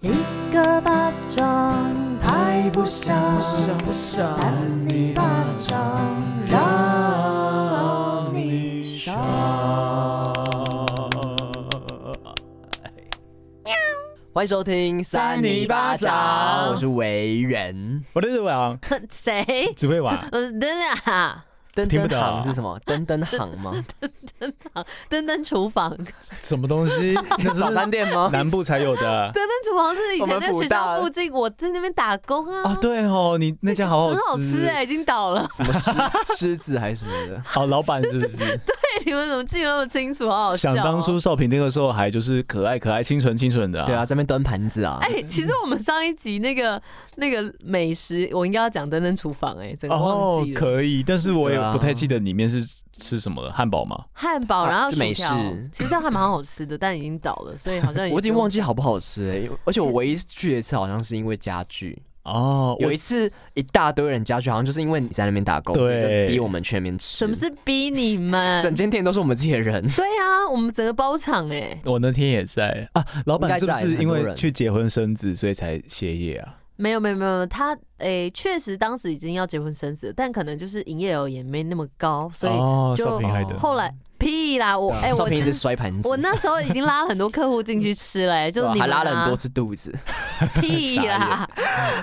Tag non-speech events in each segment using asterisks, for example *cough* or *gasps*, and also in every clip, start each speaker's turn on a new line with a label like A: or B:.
A: 一个巴掌拍不响，
B: 不想
A: 扇你巴掌让你爽。
C: 欢迎收听
B: 扇你巴掌
C: 我是维人。
B: 我的日文啊
A: 谁？，
B: 只会玩
A: *laughs* 呃，等等啊，
C: 登
B: 听
C: 登
B: 不懂啊
C: 行是什么？登登行 *laughs* 吗？
A: 登登厨 *laughs* 房，登。
B: 什么
C: *laughs*
B: 东西？那
C: 早餐
B: 是
C: 店吗？
B: 南部才有的
C: *laughs*
A: 登厨房是以
C: 我
A: 前
C: 们
A: 在
C: 福
A: 学
C: 大
A: 校附近，我在那边打工啊，
B: 哦，对哦，你那家好
A: 很好吃
B: 吃
C: 欸
A: 哎、，已经倒了。 *laughs*
C: 什么 *laughs* 狮狮子还是什么的？
B: 好老板是不
C: *laughs*
B: 是？
A: 哎你们怎么记得那么清楚？好好笑、
B: 想
A: 哦。
B: 当初少平那个时候还就是可爱可爱、清纯清纯的。
C: 对啊，，在那边端盘子啊
A: 哎、。 *laughs* 其实我们上一集那个那个美食，我应该要讲登登厨房、哎，整个
B: 哦
A: 忘记，了。
B: 可以，但是我也
C: 对啊
B: 不太记得里面是吃什么了，汉堡吗？
A: 汉堡，
C: 啊
A: 然后
C: 就
A: 薯
C: 美
A: 条
C: 式，
A: 其实它还蛮好吃的，但已经倒了，所以好像也
C: 我已经
A: 不用
C: 忘记好不好吃哎、而且我唯一去一次好像是因为家具，
B: 哦，
C: 有
B: 我
C: 一次一大堆人家具，好像就是因为你在那边打工，
B: 对
C: 所以就逼我们去那边吃。
A: 什么？是逼你
C: 整
A: 们？
C: 间店都是我们自己的人，
A: 对啊，我们整个包场哎、
B: 我那天也在啊，老板是不
C: 应
B: 是
C: 该在
B: 因
C: 很多
B: 为
C: 人
B: 去结婚生子所以才歇业啊？
A: 没有没有没有，他诶确、实当时已经要结婚生子了，但可能就是营业额也没那么高，所以
B: 哦，啊
A: 就
B: 少平害的。
A: 后来、屁啦，我
C: *laughs*
A: 哎、
C: 少
A: 我
C: 平一直
A: 真
C: 摔盘子，
A: 我那时候已经拉了很多客户进去吃了、哎就
C: 对
A: 是
C: 啊
A: 你
C: 还
A: 们
C: 拉了很多
A: 啊
C: 次肚 *laughs* 子。
A: 屁啦，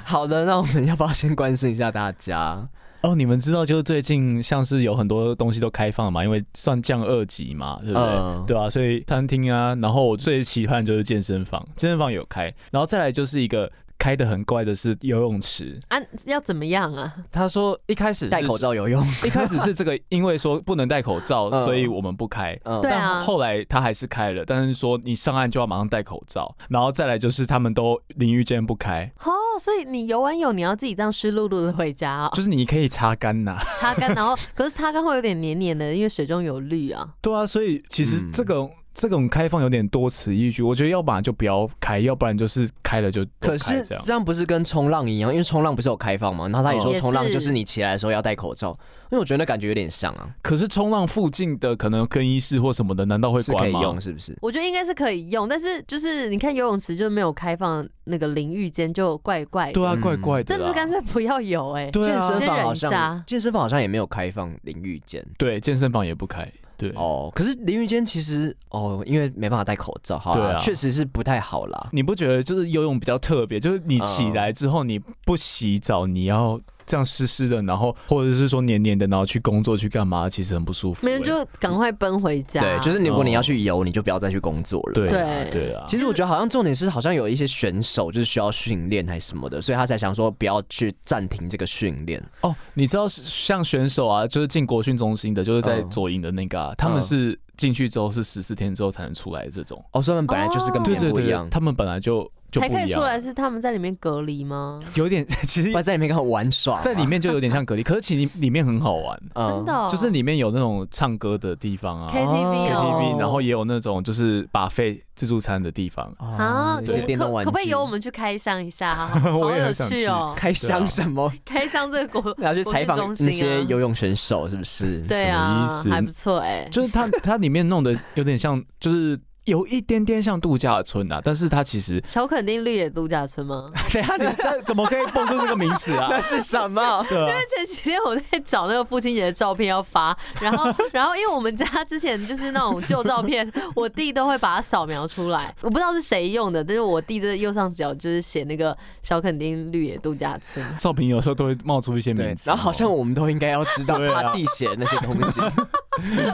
C: 好的，那我们要不要先关心一下大家？
B: 哦，你们知道，就是最近像是有很多东西都开放嘛，因为算降二级嘛，对不对？
C: 嗯
B: 对啊，所以餐厅啊，然后我最期盼就是健身房，健身房有开，然后再来就是一个开的很怪的是游泳池。
A: 啊要怎么样啊？
B: 他说一开始是
C: 戴口，罩游泳，
B: *laughs* 一开始是这个，因为说不能戴口罩，
C: 嗯
B: 所以我们
C: *laughs*
B: 不开。
C: 嗯
A: 对啊
B: 哦但后来他还是开了，但是说你上岸就要马上戴口罩，然后再来就是他们都淋浴间不开，
A: 哦，所以你游完泳你要自己这样湿漉漉的回家
B: *laughs*
A: 哦，
B: 就是你可以擦干呐、
A: 擦干，然后可是擦干会有点黏黏的，因为水中有氯啊。
B: 对啊，所以其实
C: 嗯
B: 这种、这种开放有点多此一举，我觉得要不然就不要开，要不然就是开了就都
C: 可
B: 开
C: 是
B: 这样。哦
C: 这样不是跟冲浪一样？因为冲浪不是有开放吗？然后他也说
A: 也是
C: 冲浪就是你起来的时候要戴口罩，因为我觉得那感觉有点像啊，
B: 可是冲浪附近的可能更衣室或什么的，难道会
C: 是可
B: 关
C: 以
B: 吗？
C: 用是不是？
A: 我觉得应该是可以用，但是就是你看游泳池就没有开放那个淋浴间，就怪怪的。
B: 对啊，
C: 嗯
B: 怪怪的
A: 这
B: 啦。
A: 次干脆不要有哎、
B: 对
C: 健
B: 啊
C: 身，房好
A: 直接忍一下
C: 像健身房好像也没有开放淋浴间
B: 对健身房也不开。对，
C: 哦，可是淋浴间其实哦，因为没办法戴口罩，好
B: 对
C: 啦，
B: 啊
C: 确、实是不太好啦。
B: 你不觉得就是游泳比较特别？就是你起来之后你不洗澡，你要这样湿湿的，然后或者是说黏黏的，然后去工作去干嘛，其实很不舒服、
A: 没有
B: 欸
A: 就赶快奔回家。
C: 对，啊就是如果你
B: 哦
C: 要去游，你就不要再去工作了。
B: 对啊
A: 对
B: 对啊。
C: 其实我觉得好像重点是，好像有一些选手就是需要训练还是什么的，所以他才想说不要去暂停这个训练。
B: 哦，你知道是像选手啊，就是进国训中心的，就是在
C: 嗯
B: 左营的那个、啊，他们
C: 嗯
B: 是进去之后是十四天之后才能出来的这种。
C: 哦，所以他们本来就是跟别
B: 对
C: 人
B: 对
C: 不一
B: 对
C: 样，，
B: 他们本来就就
A: 才
B: 不
A: 可
B: 一
A: 以
B: 样
A: 出，来是他们在里面隔离吗？
B: 有点 *laughs* 其实
C: 不然在里面跟他玩耍嘛，
B: 在里面就有点像隔离，可是其实里面很好玩，
C: 嗯
A: 真的、哦，
B: 就是里面有那种唱歌的地方啊
A: KTV 哦
B: KTV，然后也有那种就是把费自助餐的地方。
A: 啊，
C: 哦有
A: 可
C: 些电动
A: 可
C: 玩
A: 可不可以
C: 具
A: 由我们去开箱一下？好
B: *laughs*
A: 好
B: 我也
A: 有
B: 很想
A: 趣
B: 去
A: 哦，
C: 开箱什 *laughs* 么？
A: 开箱这个国
C: 然后去采访
A: 国际
C: 那
A: 中心啊
C: 些游泳选手，是不是？
A: 对
B: 什么
A: 啊
B: 意，思
A: 还不错哎、
B: 就是它它里面弄的有点像，就是有一点点像度假村啊，但是它其实
A: 小肯定绿野度假村吗？
B: *laughs* 等下你这怎么可以蹦出这个名词啊？
C: *laughs* 那是什么？
B: *laughs* 对
A: *laughs*
B: 啊，
A: 前几天我在找那个父亲节的照片要发，然后 *laughs* 然后因为我们家之前就是那种旧照片， *laughs* 我弟都会把它扫描出来，我不知道是谁用的，但是我弟这右上角就是写那个小垦丁绿野度假村。
B: 少平有时候都会冒出一些
C: 对
B: 名，字哦，
C: 然后好像我们都应该要知道
B: 对啊
C: 他弟写的那些东
B: *laughs*
C: 西。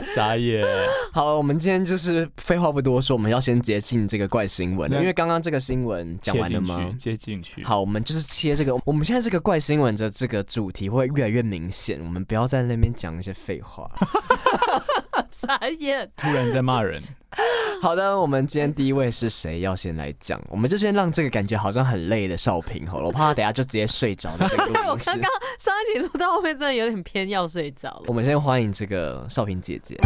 B: 傻 *laughs* 眼，
C: 好，我们今天就是废话不多说，我们要先接近这个怪新闻了，
B: 那
C: 因为刚刚这个新闻讲
B: 切
C: 完了
B: 进
C: 吗
B: 去，？接进去。
C: 好，我们就是切这个，我们现在这个怪新闻的这个主题会越来越明显，我们不要在那边讲一些废话。
A: *laughs* 傻眼，
B: 突然在骂 *laughs* 人，
C: *laughs* 好的，我们今天第一位是谁要先来讲？我们就先让这个感觉好像很累的少平好了，我怕他等下就直接睡着在这个录
A: 我
C: 音室
A: 刚。刚上一集录到后面真的有点偏要睡着 *laughs* 了。
C: *laughs* 我们先欢迎这个少平姐姐。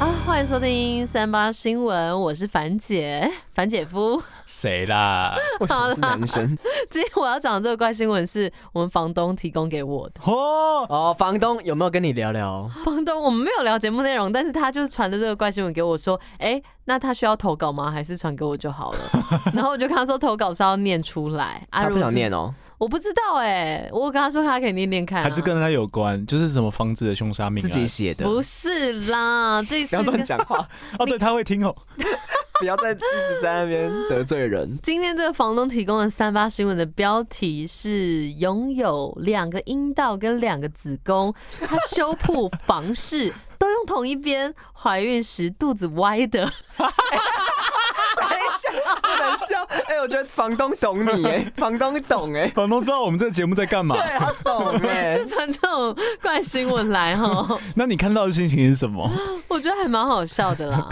A: 啊，欢迎收听三八新闻，我是樊姐，樊姐夫。 *laughs*
B: 谁啦？
C: 为什么是男生？
A: 今天我要讲的这个怪新闻是我们房东提供给我的。
B: 哦，
C: 哦，房东有没有跟你聊聊？
A: 房 *laughs* 东，我们没有聊节目内容，但是他就是传的这个怪新闻给我说，哎、那他需要投稿吗？还是传给我就好了？然后我就跟他说，投稿是要念出 *laughs* 来。啊
C: 他不
A: 如果
C: 想
A: 是
C: 念哦。
A: 我不知道哎、我跟他说他可以念念看、啊，
B: 还是跟他有关，就是什么房子的凶杀命
C: 自
B: 案。
C: 己写 *laughs* 的，
A: 不是啦，这
C: 不
A: 次
C: 要乱
A: 跟
C: 讲话，
B: 哦，对，他会听哦。
C: 不要再一直在那边得罪人。
A: *laughs* 今天这个房东提供的三八新闻的标题是“拥有两个阴道跟两个子宫，他修铺房事都用同一边，怀孕时肚子歪的 *laughs*
C: 不能笑，哎、我觉得房东懂你哎，房东懂哎，
B: *laughs* 房东知道我们这个节目在干嘛？
C: 对他懂”，哎
A: 就，传这种怪新闻来哦哈，
B: 那你看到的心情是什 *laughs* 么？
A: 我觉得还蛮好笑的啦。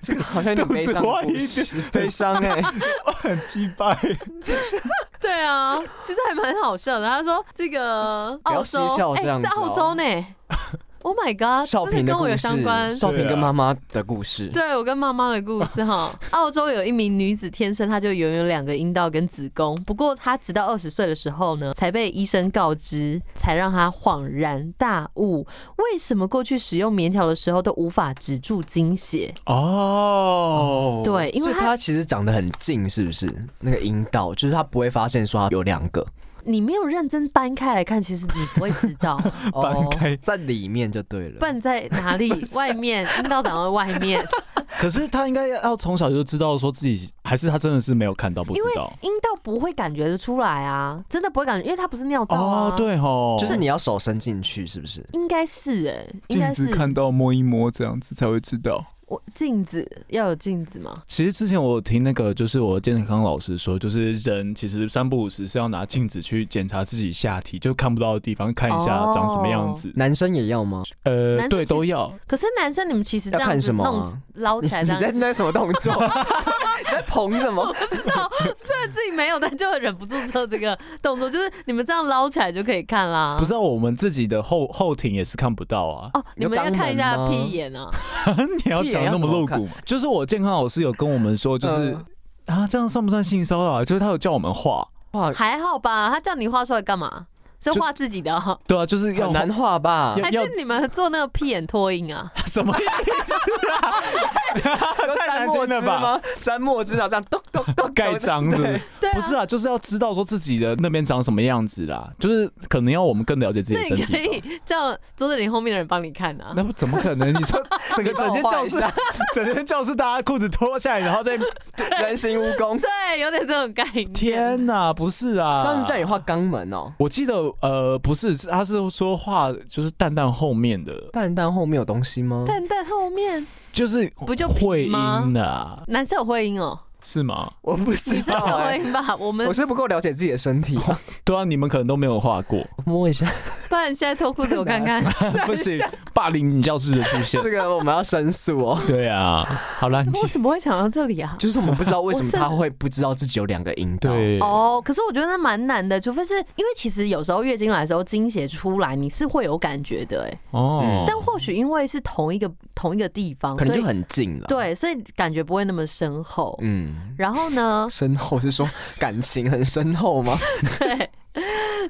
C: 这个好像有点悲伤的故
B: 肚子
C: 事，悲伤哎，
B: 很击败。
A: *laughs* 对啊，其实还蛮好笑的。他说这 *laughs* 个
C: 不要
A: 澳洲哎
C: 嬉，笑这样子
A: 是
C: 哦
A: 澳洲呢？Oh *laughs* my god，
C: 少
A: 真
C: 平的
A: 的跟我
C: 故
A: 有
C: 事，
A: 相关。
C: 少平跟妈妈的故事，
A: 对啊我跟妈妈的故
C: *laughs*
A: 事哈，澳洲有一名女子天生她就拥有两个阴道跟子宫，不过她直到二十岁的时候呢，才被医生告知，才让她恍然大悟，为什么过去使用棉条的时候都无法止住经血？
B: 哦，
A: 对，因
C: 所
A: 为
C: 以
A: 她
C: 他其实长得很近，是不是？那个阴道，就是他不会发现说他有两个，
A: 你没有认真搬开来看，其实你不会知
C: *laughs*
A: 道，
B: 搬开
C: 哦在里面就对了。
A: 不然在哪里？外面阴道长在外面，
B: 可是他应该要从小就知道说自己，还是他真的是没有看到，不知
A: 因为
B: 道。
A: 阴道不会感觉得出来啊，真的不会感觉，因为它不是尿道啊。
B: 哦，。对吼，
C: 就是你要手伸进去，是不是？
A: 应该是哎、应该是
B: 到摸一摸这样子才会知道。
A: 我镜子要有镜子吗？
B: 其实之前我听那个就是我健康老师说，就是人其实三不五时是要拿镜子去检查自己下体，就看不到的地方看一下长什么样子。
C: 男生也要吗？
B: 呃，
A: 男生
B: 对，
A: 其实嗯
B: 都要。
A: 可是男生你们其实这
C: 要
A: 样
C: 看
A: 子
C: 什么啊
A: 弄捞
C: 你
A: 起来
C: 你
A: 这样
C: 在
A: 子， *laughs*
C: 那什么动作？ *laughs* 你在捧什么？
A: 虽然自己没有，但就忍不住做这个动作，就是你们这样捞起来就可以看啦。
B: 不知道我们自己的后后庭也是看不到啊。
A: 哦，你们要看一
C: 有肛
A: 下
C: 门吗
A: 屁眼啊，
B: 你要讲那么露骨吗？就是我健康老师有跟我们说，就是、
C: 嗯
B: 啊，这样算不算性骚扰啊？就是他有叫我们画，
C: 哇，
A: 还好吧？他叫你画出来干嘛？是
B: 就
A: 画自己的哦、
B: 对啊，就是要
C: 很难画吧？
B: 要
A: 还是你们做那个屁眼脱印啊？
B: 什么意思啊？太
C: 沾
B: 难
C: 墨汁
B: 听了吧？
C: 吗？沾墨汁啊，这样咚咚咚
B: 盖章是不是？
A: 对啊，
B: 不是啊，就是要知道说自己的那边长什么样子啦，就是可能要我们更了解自己的
A: 那
B: 身
A: 你
B: 体
A: 可
B: 吧。
A: 以叫桌子里后面的人帮你看啊。
B: 那不怎么可能？你说整个整间教室
C: 你帮我画一，
B: 整间教室大家裤子脱下来，然后再
C: *laughs* 人形蜈
A: *laughs*
C: 蚣，
A: 对，有点这种概念。
B: 天
A: *laughs*
B: 哪，不是啊？
C: 他们叫你画肛门哦。
B: 我记得呃，不是，是他是说画就是蛋蛋后面的，
C: 蛋蛋后面有东西吗？
A: 蛋蛋后面
B: 就是
A: 不就
B: 会
A: 皮吗
B: 阴啊，
A: 男生有会阴哦，
B: 是吗？
C: 我不知
A: 女生有
C: 道
A: 会
C: 哎，
A: 阴吧？我
C: *laughs*
A: 们
C: 我是不够了解自己的身体啊。
B: 对啊，你们可能都没有画
A: *laughs*
B: 过，
C: 摸一下，
A: 不然你现在脱裤子我看
C: 啊
A: 看。
B: 不行，霸凌女教师的出现
C: *laughs* 这。个我们要申诉哦。
B: 对啊，好啦，你继
A: 为什么会想到这里啊？
C: 就是我们不知道为什
A: 我
C: 么
A: 甚
C: 他会不知道自己有两个阴道。
B: 对，
A: 哦，可是我觉得那蛮难的，除非是因为其实有时候月经来的时候，经血出来你是会有感觉的，哎，
B: 哦，
A: 但或许因为是同一个同一个地方，
C: 可能就
A: 所以
C: 很近了。，
A: 对，所以感觉不会那么深厚。
C: 嗯，，
A: 然后呢
C: *laughs* 深厚是说感情很深厚吗？
A: 对，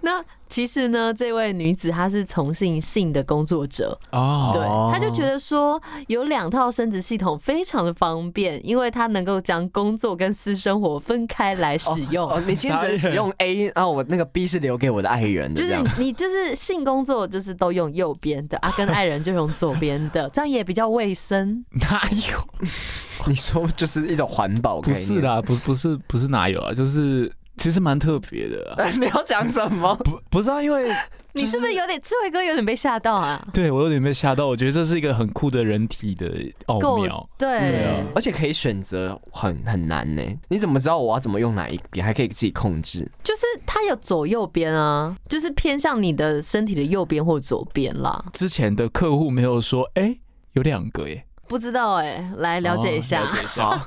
A: 那其实呢，这位女子她是从性性的工作者，
B: 哦，
A: 对，她就觉得说有两套生殖系统非常的方便，因为她能够将工作跟私生活分开来使
C: *laughs*
A: 用。
C: 哦，你先只能使用 A，然后我那个 B 是留给我的爱人的
A: 就
C: 这
A: 是
C: 样。
A: 你就是性工作就是都用右边的啊，跟爱人就用左边的，这样也比较卫生。
B: 哪有？
C: *laughs* 你说就是一种环保概
B: 不
C: 念？
B: 是啦，不是不是不是哪有啊，就是其实蛮特别
C: *laughs*
B: 的啊、
C: 哎，你要讲什么？
B: 不不是啊，因为
A: 你是不是有点智慧哥有点被吓到啊？
B: *laughs* 对我有点被吓到，我觉得这是一个很酷的人体的奥
A: 够
B: 妙。对
A: 对
B: 啊，
C: 而且可以选择很很难呢、你怎么知道我要怎么用哪一边？还可以自己控制。
A: 就是它有左右边啊，就是偏向你的身体的右边或左边啦。
B: 之前的客户没有说，哎、有两个耶，
A: 欸
B: 哦
A: 不知道哎、来了解一下。
B: 哦了解一下。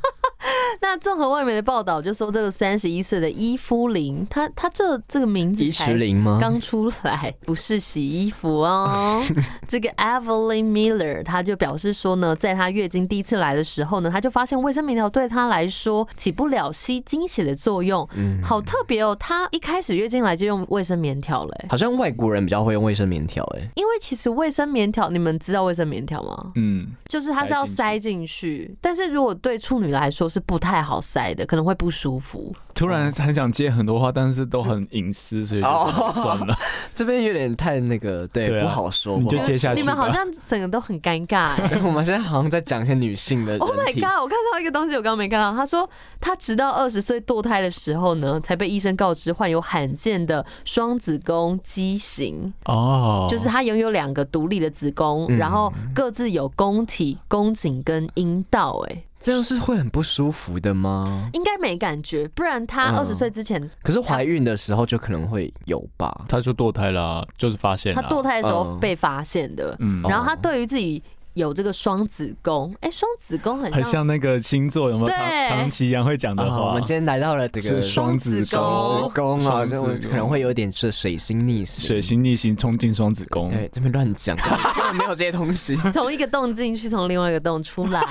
A: 那综合外媒的报道就说，这个三十一岁的伊夫林，他他这这个名字
C: 伊
A: 才
C: 石林吗？
A: 刚出来， *laughs* 不是洗衣服 *laughs* 哦。这个 Evelyn Miller，她就表示说呢，在她月经第一次来的时候呢，她就发现卫生棉条对她来说起不了吸精血的作用，好特别哦。她一开始月经来就用卫生棉条了、欸
C: 好像外国人比较会用卫生棉条，哎，
A: 因为其实卫生棉条，你们知道卫生棉条吗？
B: 嗯，
A: 就是它是要塞进去，但是如果对处女来说是不太好塞的，可能会不舒服。
B: 突然很想接很多话，但是都很隐私，所以就
C: 哦
B: 算了。
C: 这边有点太那个，对，
B: 对啊
C: 不好说。
B: 你就
C: 不好
B: 接下去吧。
A: 你们好像整个都很尴
B: *laughs*
A: 尬、欸。 *laughs*
C: 对我们现在好像在讲一些女性的
A: Oh my
C: 人体
A: god！我看到一个东西，我刚刚没看到。他说，他直到二十岁堕胎的时候呢，才被医生告知患有罕见的双子宫畸形，
B: 哦，嗯
A: 就是他拥有两个独立的子宫，然后各自有宫体、宫颈跟阴道、哎，
C: 这样是会很不舒服的吗？
A: 应该没感觉，不然他
C: 嗯
A: 二十岁之前，
C: 可是怀孕的时候就可能会有吧？
B: 他就堕胎啦、就是发现
A: 他堕胎的时候
C: 嗯
A: 被发现的，
B: 嗯
A: 然后他对于自己有这个双子宫，哎、双子宫很
B: 很
A: 像
B: 像那个星座有没有
A: 对
B: 唐唐奇阳会讲的
C: 啊，
B: 话？
C: 我们今天来到了这个
B: 是双子
A: 双子
B: 宫
A: 宫，
C: 宫啊，
B: 双
C: 就
B: 子宫
C: 可能会有点是水星逆行。
B: 水星逆行冲进双子宫。
C: 对，这边乱
B: *laughs*
C: 讲，根本没有这些东西。
A: 从一个洞进去，从另外一个洞出来。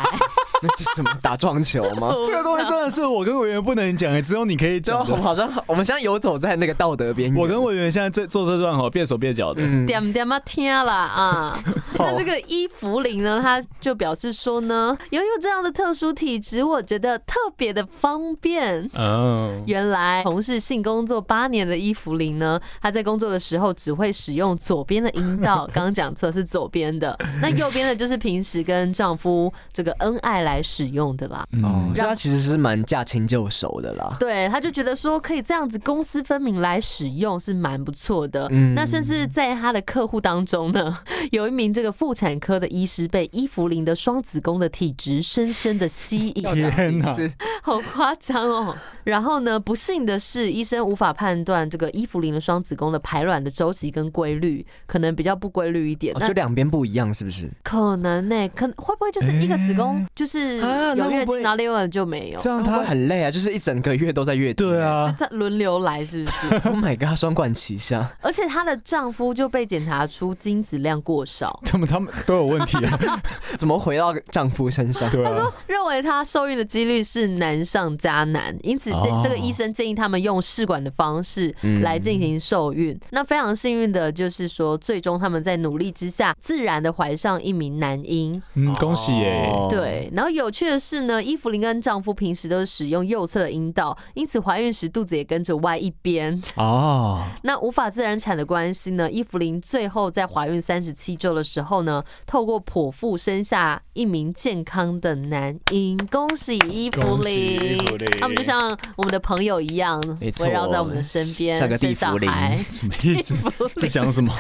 C: 那是什么打撞球吗？
B: 这个东 *laughs* 西真的是我跟委员不能讲，欸只有你可以
C: 就我
B: 讲的。
C: 们
A: 嗯
C: 好像我们现在游走在那个道德边缘。嗯
B: 我跟委员现在在做这段哦，别手别脚的。
A: 点点嘛听啦啊！那这个伊芙琳呢，她就表示说呢，拥有这样的特殊体质，我觉得特别的方便。
B: 哦，
A: 原来从事性工作八年的伊芙琳呢，她在工作的时候只会使用左边的阴道，刚刚讲错是左边的，那右边的就是平时跟丈夫这个恩爱来使用的啦。
C: 哦，
B: 嗯，
C: 所以他其实是蛮驾轻就熟的啦。
A: 对，他就觉得说可以这样子公私分明来使用是蛮不错的。
C: 嗯
A: 那甚至在他的客户当中呢， *laughs* 有一名这个妇产科的医师被伊芙琳的双子宫的体质深深的吸
C: *laughs*
A: 引，
B: 天哪！
A: 好夸张哦。然后呢，不幸的是，医生无法判断这个伊芙琳的双子宫的排卵的周期跟规律，可能比较不规律一点。
C: 哦
A: 那
C: 就两边不一样，是不是？
A: 可能呢、可能会不会就是一个子宫就是
C: 啊那
A: 有
C: 会
A: 月
C: 不会
A: 经，然后另外一个就没有？
B: 这样
C: 他
B: 他
C: 很累啊，就是一整个月都在月经。
B: 对
A: 就
B: 啊，
A: 它轮流来是不是？
C: ，Oh my god，双管齐下。
A: 而且她的丈夫就被检查出精子量过少，
B: 他们他们都有问题啊。
C: 怎么回到丈夫身上？
B: 对啊，
A: 认为她受孕的几率是难上加难，因此这
B: 哦
A: 这个医生建议他们用试管的方式
C: 嗯
A: 来进行受孕。那非常幸运的就是说，最终他们在努力之下，自然的怀上一名男婴。
B: 嗯，恭喜耶！
C: 哦，
A: 对，然后有趣的是呢，伊芙琳跟丈夫平时都是使用右侧的阴道，因此怀孕时肚子也跟着歪一边。
B: 哦，
A: 那无法自然产的关系呢，伊芙琳最后在怀孕三十七周的时候呢，透过剖腹生下一名健康的男婴，恭喜伊芙
B: 恭喜
A: 琳
B: 伊芙琳！
A: 他们就像我们的朋友一样
C: 没，错
A: 围绕在我们的身边，
C: 像个
A: 生
C: 地
A: 小
C: 芙琳
A: 孩。
B: 什么意
A: *laughs*
B: 思？在讲什么？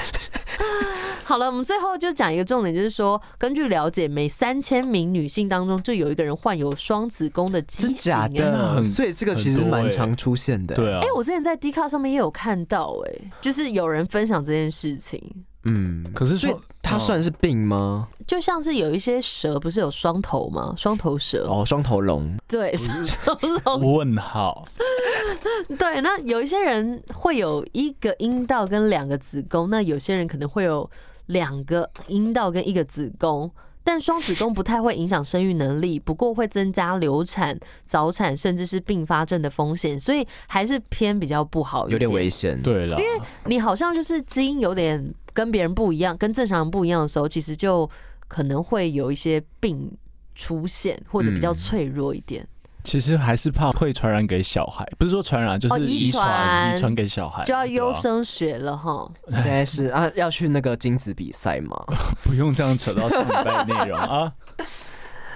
A: 好了，我们最后就讲一个重点，就是说，根据了解，每三千名女性当中就有一个人患有双子宫的畸
C: 真
A: 形、
C: 假
A: 哎
B: 那
C: 的？
B: 很
C: 所以这个其实
B: 很多
C: 蛮
B: 欸
C: 常出现的。，
B: 对啊
A: 哎、，我之前在 d 卡上面也有看到、哎，就是有人分享这件事情，
C: 嗯，
B: 可是
C: 所以
B: 说
C: 它
B: 嗯
C: 算是病吗？
A: 就像是有一些蛇不是有双头吗？双头蛇，
C: 哦，双头龙。
A: 对，双头龙。
B: 问号，
A: *laughs* 对，那有一些人会有一个阴道跟两个子宫，那有些人可能会有两个阴道跟一个子宫。但双子宫不太会影响生育能力，不过会增加流产、早产甚至是并发症的风险，所以还是偏比较不好一
C: 有点危险。，
B: 对啦，
A: 你好像就是基因有点跟别人不一样，跟正常人不一样的时候，其实就可能会有一些病出现，或者比较
C: 嗯
A: 脆弱一点。
B: 其实还是怕会传染给小孩，不是说传染，就
A: 哦
B: 是
A: 遗
B: 遗
A: 传
B: 传，遗传给小孩，
A: 就要优
B: 对啊
A: 生学
C: *laughs*
A: 了哈。
C: 现在是啊，要去那个精子比赛嘛。
B: 不用这样扯到上礼拜的内容啊。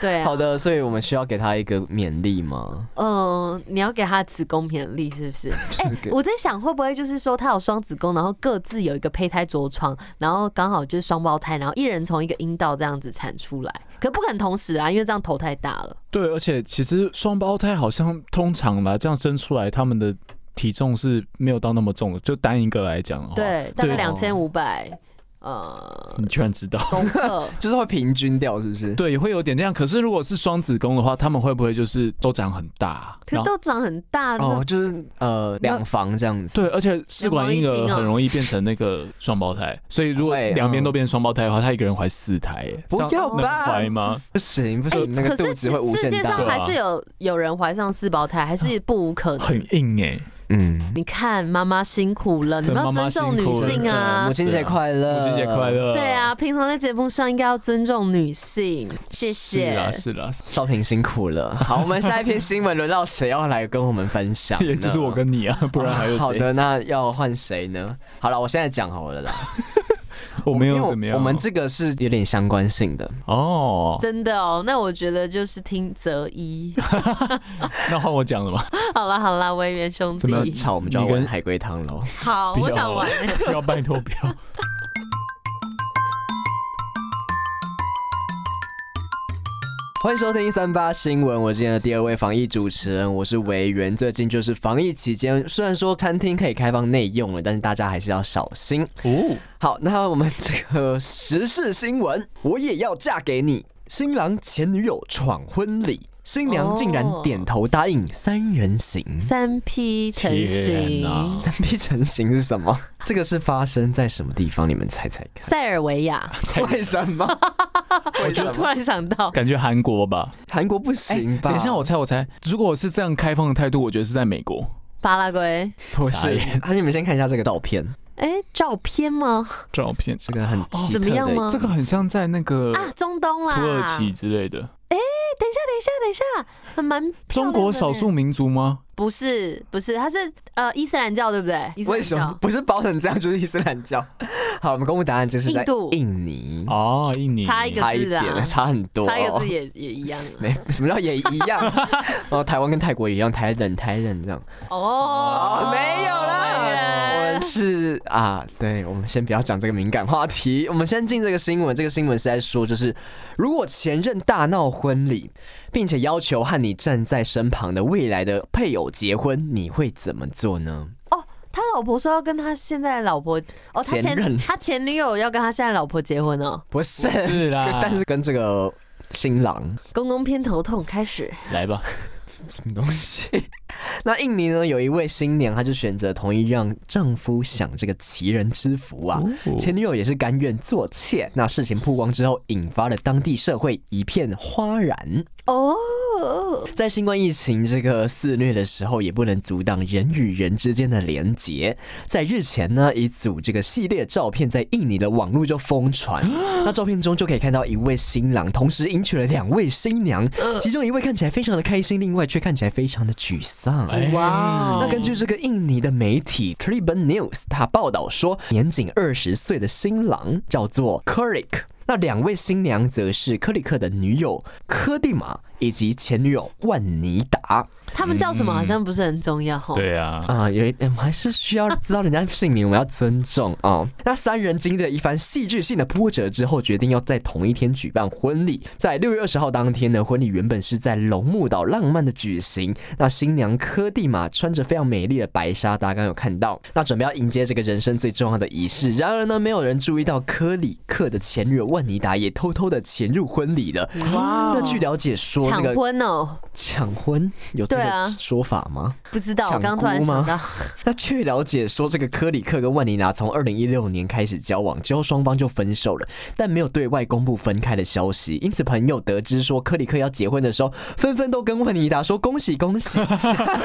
A: 对啊
C: 好，的，所以我们需要给他一个勉励吗？
A: 嗯、你要给他子宫勉励是不
C: *laughs*
A: 是？哎、
C: 给
A: 我在想会不会就是说他有双子宫，然后各自有一个胚胎着床，然后刚好就是双胞胎，然后一人从一个阴道这样子产出来，可不可能同时啊，因为这样头太大了。
B: 对，而且其实双胞胎好像通常啦，这样生出来他们的
C: 哦
B: 体重是没有到那么重的，就单一个来讲的话，
A: 对，大概
B: 对
A: 两千五百呃
B: 你居然知道？ *laughs*
C: *laughs*
A: 功课
C: 就是会平均掉，是不是？
B: 对，会有点那样。可是如果是双子宫的话，他们会不会就是都长很大？
A: 可是都长很大，
C: 哦
A: 那，
C: 就是呃两房这样子。
B: 对，而且试管婴儿很容易变成那个双胞胎，所以如果
C: 会
B: 两边都变双胞胎的话，他一个人怀四胎耶，
C: 不
B: 这样
C: 要吧
B: 能怀吗？
C: 不行不
A: 哎、
C: 行，那
A: 可
C: 个
A: 是
C: 肚
A: 其
C: 子会无
A: 世
C: 限
A: 界
C: 大
A: 上。
B: 对啊
A: 还是有有人怀上四胞胎，还是不无可能。
B: 很硬哎、
C: 嗯，
A: 你看妈妈辛苦了，你
B: 对
A: 们要
B: 妈妈
A: 尊重
B: 辛
A: 女
B: 苦了
A: 性
C: 对
A: 啊
C: 母。亲节快乐，
B: 母亲节快！乐！
A: 对啊，平常在节目上应该要尊重女性，谢谢。
B: 是啊，是啦、是
C: 少平辛苦
B: *laughs*
C: 了。好，我们下一篇新闻轮到谁要来跟我们分享呢？
B: *laughs* 也就是我跟你啊，不然还有谁？
C: 哦好的，那要换谁呢？好了，我现在讲好了啦。
B: *laughs* 我没
C: 因为
B: 有怎么样。
C: 我们这个是有点相关性的。
B: 哦，
A: 真的哦，那我觉得就是听择一。 *laughs*
B: 那换我讲 *laughs* 了吗？
A: 好了好了，维园兄
B: 怎么
A: 弟，
C: 巧，我们就要
B: 你
C: 玩
B: 跟
C: 海龟汤喽。
A: 好，
B: 不
A: 我
B: 要啊
A: 想玩。
B: 不要，拜托不要。
C: 欢迎收听一三八新闻，我是今天的第二位防疫主持人，我是维园。最近就是防疫期间，虽然说餐厅可以开放内用了，但是大家还是要小心。
B: 哦，
C: 好，那我们这个时事新闻，我也要嫁给你。新郎前女友闯婚礼，新娘竟然
A: 哦
C: 点头答应三人行。
A: *laughs* 三 P 成
B: 天
A: 型
B: 哪，
C: 三 P 成型是什么？这个是发生在什么地方？你们猜猜看。
A: 塞尔维亚。
C: *laughs* 为什么？为什
A: 我突
C: 么？哎
A: 然想到，
B: 感觉韩国吧？
C: 韩国不行吧？
B: 等一下，我猜，我猜，如果是这样开放的态度，我觉得是在美国。
A: 巴拉圭，
B: *laughs*
C: 不
B: 傻
C: 是
B: 眼。
C: 啊，你们先看一下这个照片，
A: 哎、照片吗？
B: 照片，
C: 这个很奇
A: 怎么
C: 特
A: 样
C: 的
A: 吗
B: 这个很像在那个
A: 啊，中东啦，
B: 呃土耳其之类的。
A: 等一下，等一下，还蛮漂亮
B: 中
A: 的
B: 国少数
A: 呢
B: 民族吗？
A: 不是不是，他是呃伊斯兰教对不对？伊斯兰
C: 为什么
A: 教
C: 不是包成这样就是伊斯兰教？好，我们公布答案就是在
A: 印度
C: 印尼，
B: 哦，印尼。
A: 差一个
C: 差一
A: 字啊
C: 点，差很多。
A: 差一
B: 哦
A: 个字也也一样啊
B: *laughs*
C: 没 *laughs* 什么叫也一样，然后台湾跟泰国也一样，台冷台冷这样。
A: 哦
C: 哦，，没有啦，我们是啊，对，我们先不要讲这个敏感话题，我们先进这个新闻。这个新闻是在说，就是如果前任大闹婚礼，并且要求和你站在身旁的未来的配偶结婚，你会怎么做呢？
A: 哦，他老婆说要跟他现在的老婆哦，他
C: 前任
A: 前他前女友要跟他现在的老婆结婚哦，
C: 不是，
B: 是 *laughs* 啦，
C: *laughs* 但是跟这个新郎
A: 公公偏头痛开始，
B: 来吧，
C: 什么东西？ *laughs* 那印尼呢，有一位新娘，她就选择同意让丈夫享这个奇人之福啊。
B: 哦
C: 前女友也是甘愿做妾。那事情曝光之后，引发了当地社会一片哗然。
A: 哦，
C: 在新冠疫情这个肆虐的时候，也不能阻挡人与人之间的连结。在日前呢，一组这个系列照片在印尼的网络就疯传。 *gasps* 那照片中就可以看到一位新郎，同时迎娶了两位新娘，其中一位看起来非常的开心，另外却看起来非常的沮丧。
B: 哎
A: 哇
C: 那根据这个印尼的媒体 Tribun News，它报道说，年仅二十岁的新郎叫做 Kurik，那两位新娘则是克里克的女友科蒂玛以及前女友万妮达。
A: 他们叫什么好像不是很重要哦，
B: 对啊，
C: 啊、有一点，我们还是需要知道人家姓名，我们要尊重啊、那三人经历了一番戏剧性的波折之后，决定要在同一天举办婚礼。在六月二十号当天呢，婚礼原本是在龙目岛浪漫的举行。那新娘科蒂玛穿着非常美丽的白纱，大家刚刚有看到，那准备要迎接这个人生最重要的仪式。然而呢，没有人注意到科里克的前女友万妮达也偷偷的潜入婚礼了。
A: 哇
C: 那据了解说，这
A: 抢
C: 个
A: 婚哦，
C: 抢婚有这
A: 对啊
C: 个说法吗？
A: 不知道，我
C: 抢
A: 刚突然
C: 姑吗
A: 想到，
C: 那据了解说，这个科里克跟万妮达从二零一六年开始交往，之后双方就分手了，但没有对外公布分开的消息。因此，朋友得知说科里克要结婚的时候，纷纷都跟万妮达说恭喜恭喜， *laughs*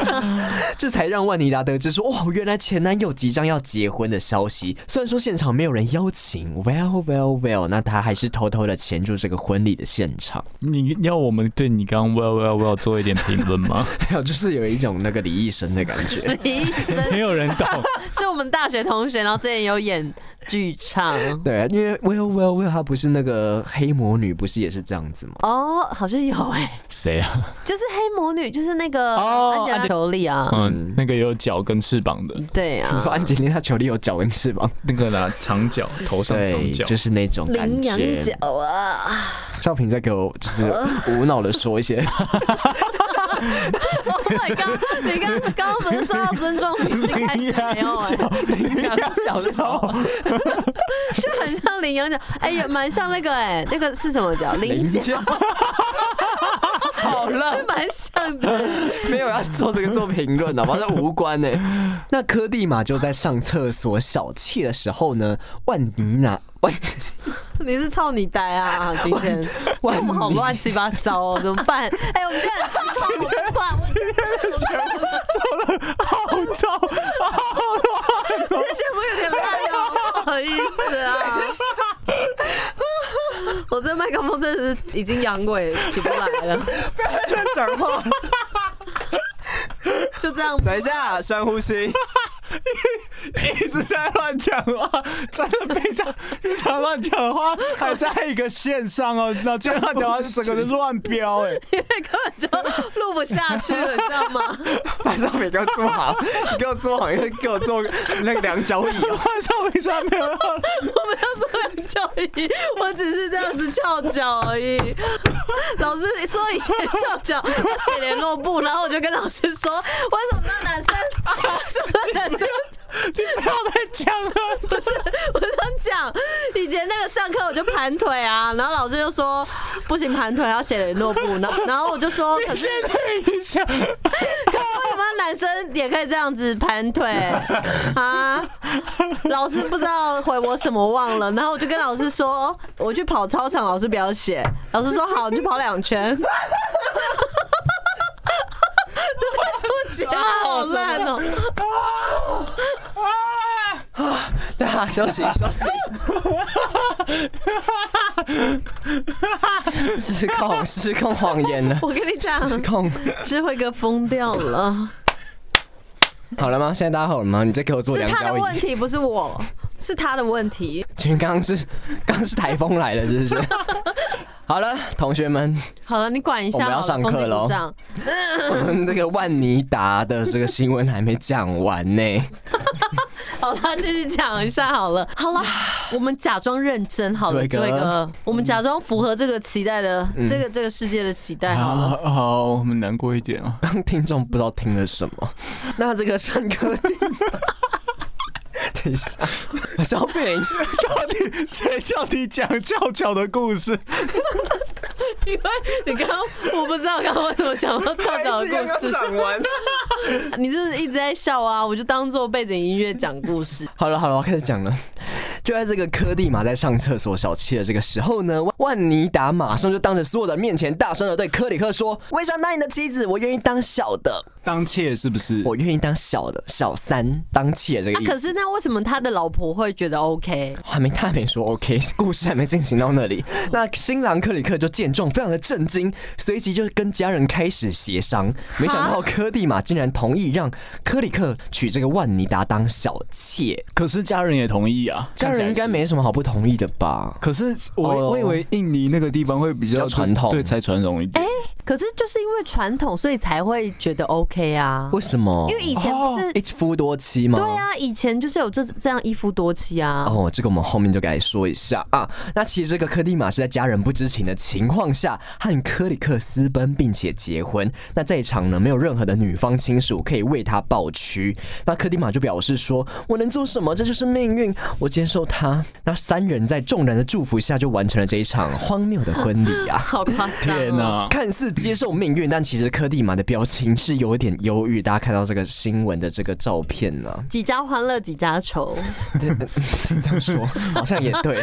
C: 这才让万妮达得知说哇，原来前男友即将要结婚的消息。虽然说现场没有人邀请，well well well，那他还是偷偷的潜入这个婚礼的现场。 *laughs*
B: 你要我们对你刚刚 well well well 做一点评论
A: *laughs*
B: 吗？
C: 还有就是有一种那个李医生的感觉。
A: 医生
B: 没有人懂，
A: 是我们大学同学，然后之前有演剧场。
C: 对，因为 Well Well Well，她不是那个黑魔女，不是也是这样子吗？
A: 哦，好像有哎、
B: 谁啊？
A: 就是黑魔女，就是那个
B: 哦
A: 安吉拉
B: 安吉
A: 裘丽啊，
B: 嗯，那个有脚跟翅膀的，
A: 对啊
C: 你，说安吉丽娜·裘丽有脚跟翅
A: *laughs*
C: 膀，
B: 那个啦，长角，头上长角，
C: 就是那种感
A: 羚羊呃
C: 觉。
A: 角啊， *laughs*
C: 少平在给我就是无脑的说一些
A: Oh my god！你刚刚刚不是说要尊重女性，开始没有哎、
C: 羚羊角是什么？
A: 就很像羚羊角，哎、也蛮像那个哎、那个是什么角？
C: 羚
A: 羚角，
C: 角。好
A: *laughs*
C: 了
A: 是，蛮像的。
C: 没有要做这个做评论的，好像无关呢、
A: *laughs*
C: 那柯蒂玛就在上厕所小憩的时候呢，万妮娜万 *laughs*
A: 你是操你呆啊，今天我
C: 万
A: 们好
C: 妮
A: 乱七八糟哦，怎么办？哎、我们这很奇怪，我不管，我
B: 好糟，
A: 这节目有点烂哦，不好意思啊。我这麦克风真的是已经阳痿，起不来了，
C: 乱讲话。
A: 就这样。
C: 等一下，深呼吸。
B: 一直在乱讲话，真的非常非常乱讲话，还在一个线上哦，那这样乱讲话是整个人乱飙哎、
A: 根本就录不下去了，你知道吗？
C: 把上面给我做好，你给我做好，又给我做那个两脚椅 *laughs* 哦。
B: 晚上为啥没有要？
A: 我没有说两脚椅，我只是这样子翘脚而已。老师说以前翘脚要写联络簿，然后我就跟老师说，为什么那男生，为什么那男生？
B: 你不要再讲了。
A: 不是，我想讲，以前那个上课我就盘腿啊，然后老师就说不行，盘腿要写联络簿，然后然后我就说，可是
B: 现在一下，
A: 为什么男生也可以这样子盘腿啊？老师不知道回我什么忘了，然后我就跟老师说，我去跑操场，老师不要写。老师说好，你去跑两圈。这是什么节目？好烂哦、
C: 对啊，休息休 *laughs* 息。失控失控谎言了，
A: 我跟你讲，
C: 失控。
A: 智慧哥疯掉了。
C: 好了吗？现在大家好了吗？你再给我做
A: 是
C: 两
A: 他的
C: 脚
A: 问
C: 椅。
A: 题，不是我，是他的问题。
C: 其实刚刚是刚刚是台风来了，是 *laughs* 不是？好了，同学们，
A: 好了，你管一下
C: 我
A: 好
C: 们
A: 了，
C: 要上课
A: 风景
C: 喽
A: 鼓掌
C: 我们这个万妮达的这个新闻还没讲完呢。
A: 好了，继续讲一下好了。 *laughs* 好了，我们假装认真好了，
C: 这
A: 这
C: 位哥
A: 位哥，我们假装符合这个期待的，这个这个世界的期待好了。
B: 好，我们难过一点啊。
C: 刚 *laughs* 听众不知道听了什么。那这个上课
A: *laughs*
C: 地方，等一下，我小饼，
B: 到底谁叫你讲翘脚的故事？
A: 因为你刚刚我不知道刚刚为什么讲到跳蚤的故
C: *laughs*
A: 事，
C: 讲完。
A: 你就是一直在笑啊，我就当做背景音乐讲故事。
C: 好了好了，我要开始讲了。就在这个科蒂玛在上厕所小憩的这个时候呢，万妮达马上就当着所有的面前大声的对科里克说：“我也想当你的妻子，我愿意当小的，
B: 当妾是不是？
C: 我愿意当小的小三，当妾这个
A: 啊，
C: 意
A: 可
C: 思。
A: 是那为什么他的老婆会觉得 OK？
C: 还没，他还没说 OK，故事还没进行到那里。那新郎克里克就见状，非常的震惊，随即就跟家人开始协商。没想到科蒂玛竟然同意让科里克娶这个万妮达当小妾，
B: 可是家人也同意啊，
C: 家人应该没什么好不同意的吧？
B: 可是我、
C: 哦
B: 我以为印尼那个地方会比
C: 比
B: 较
C: 较传统
B: 对，才传统一点。
A: 可是就是因为传统，所以才会觉得 OK 啊。
C: 为什么？
A: 因为以前不是
C: 一夫多妻吗？
A: 对。啊，以前就是有这这样一夫多妻啊。
C: 哦，这个我们后面就该说一下啊。那其实这个科蒂玛是在家人不知情的情况下和科里克私奔，并且结婚。那在场呢，没有任何的女方亲属可以为他抱屈。那科蒂玛就表示说：“我能做什么？这就是命运，我接受它。”那三人在众人的祝福下，就完成了这一场荒谬的婚礼啊。
A: 好夸张、
B: 天哪、
A: 哦！
C: 看似接受命运，但其实科蒂玛的表情是有一点忧郁。大家看到这个新闻的这个照片呢、
A: 几家欢乐几家愁，
C: 对，呃是这样说，好像也对。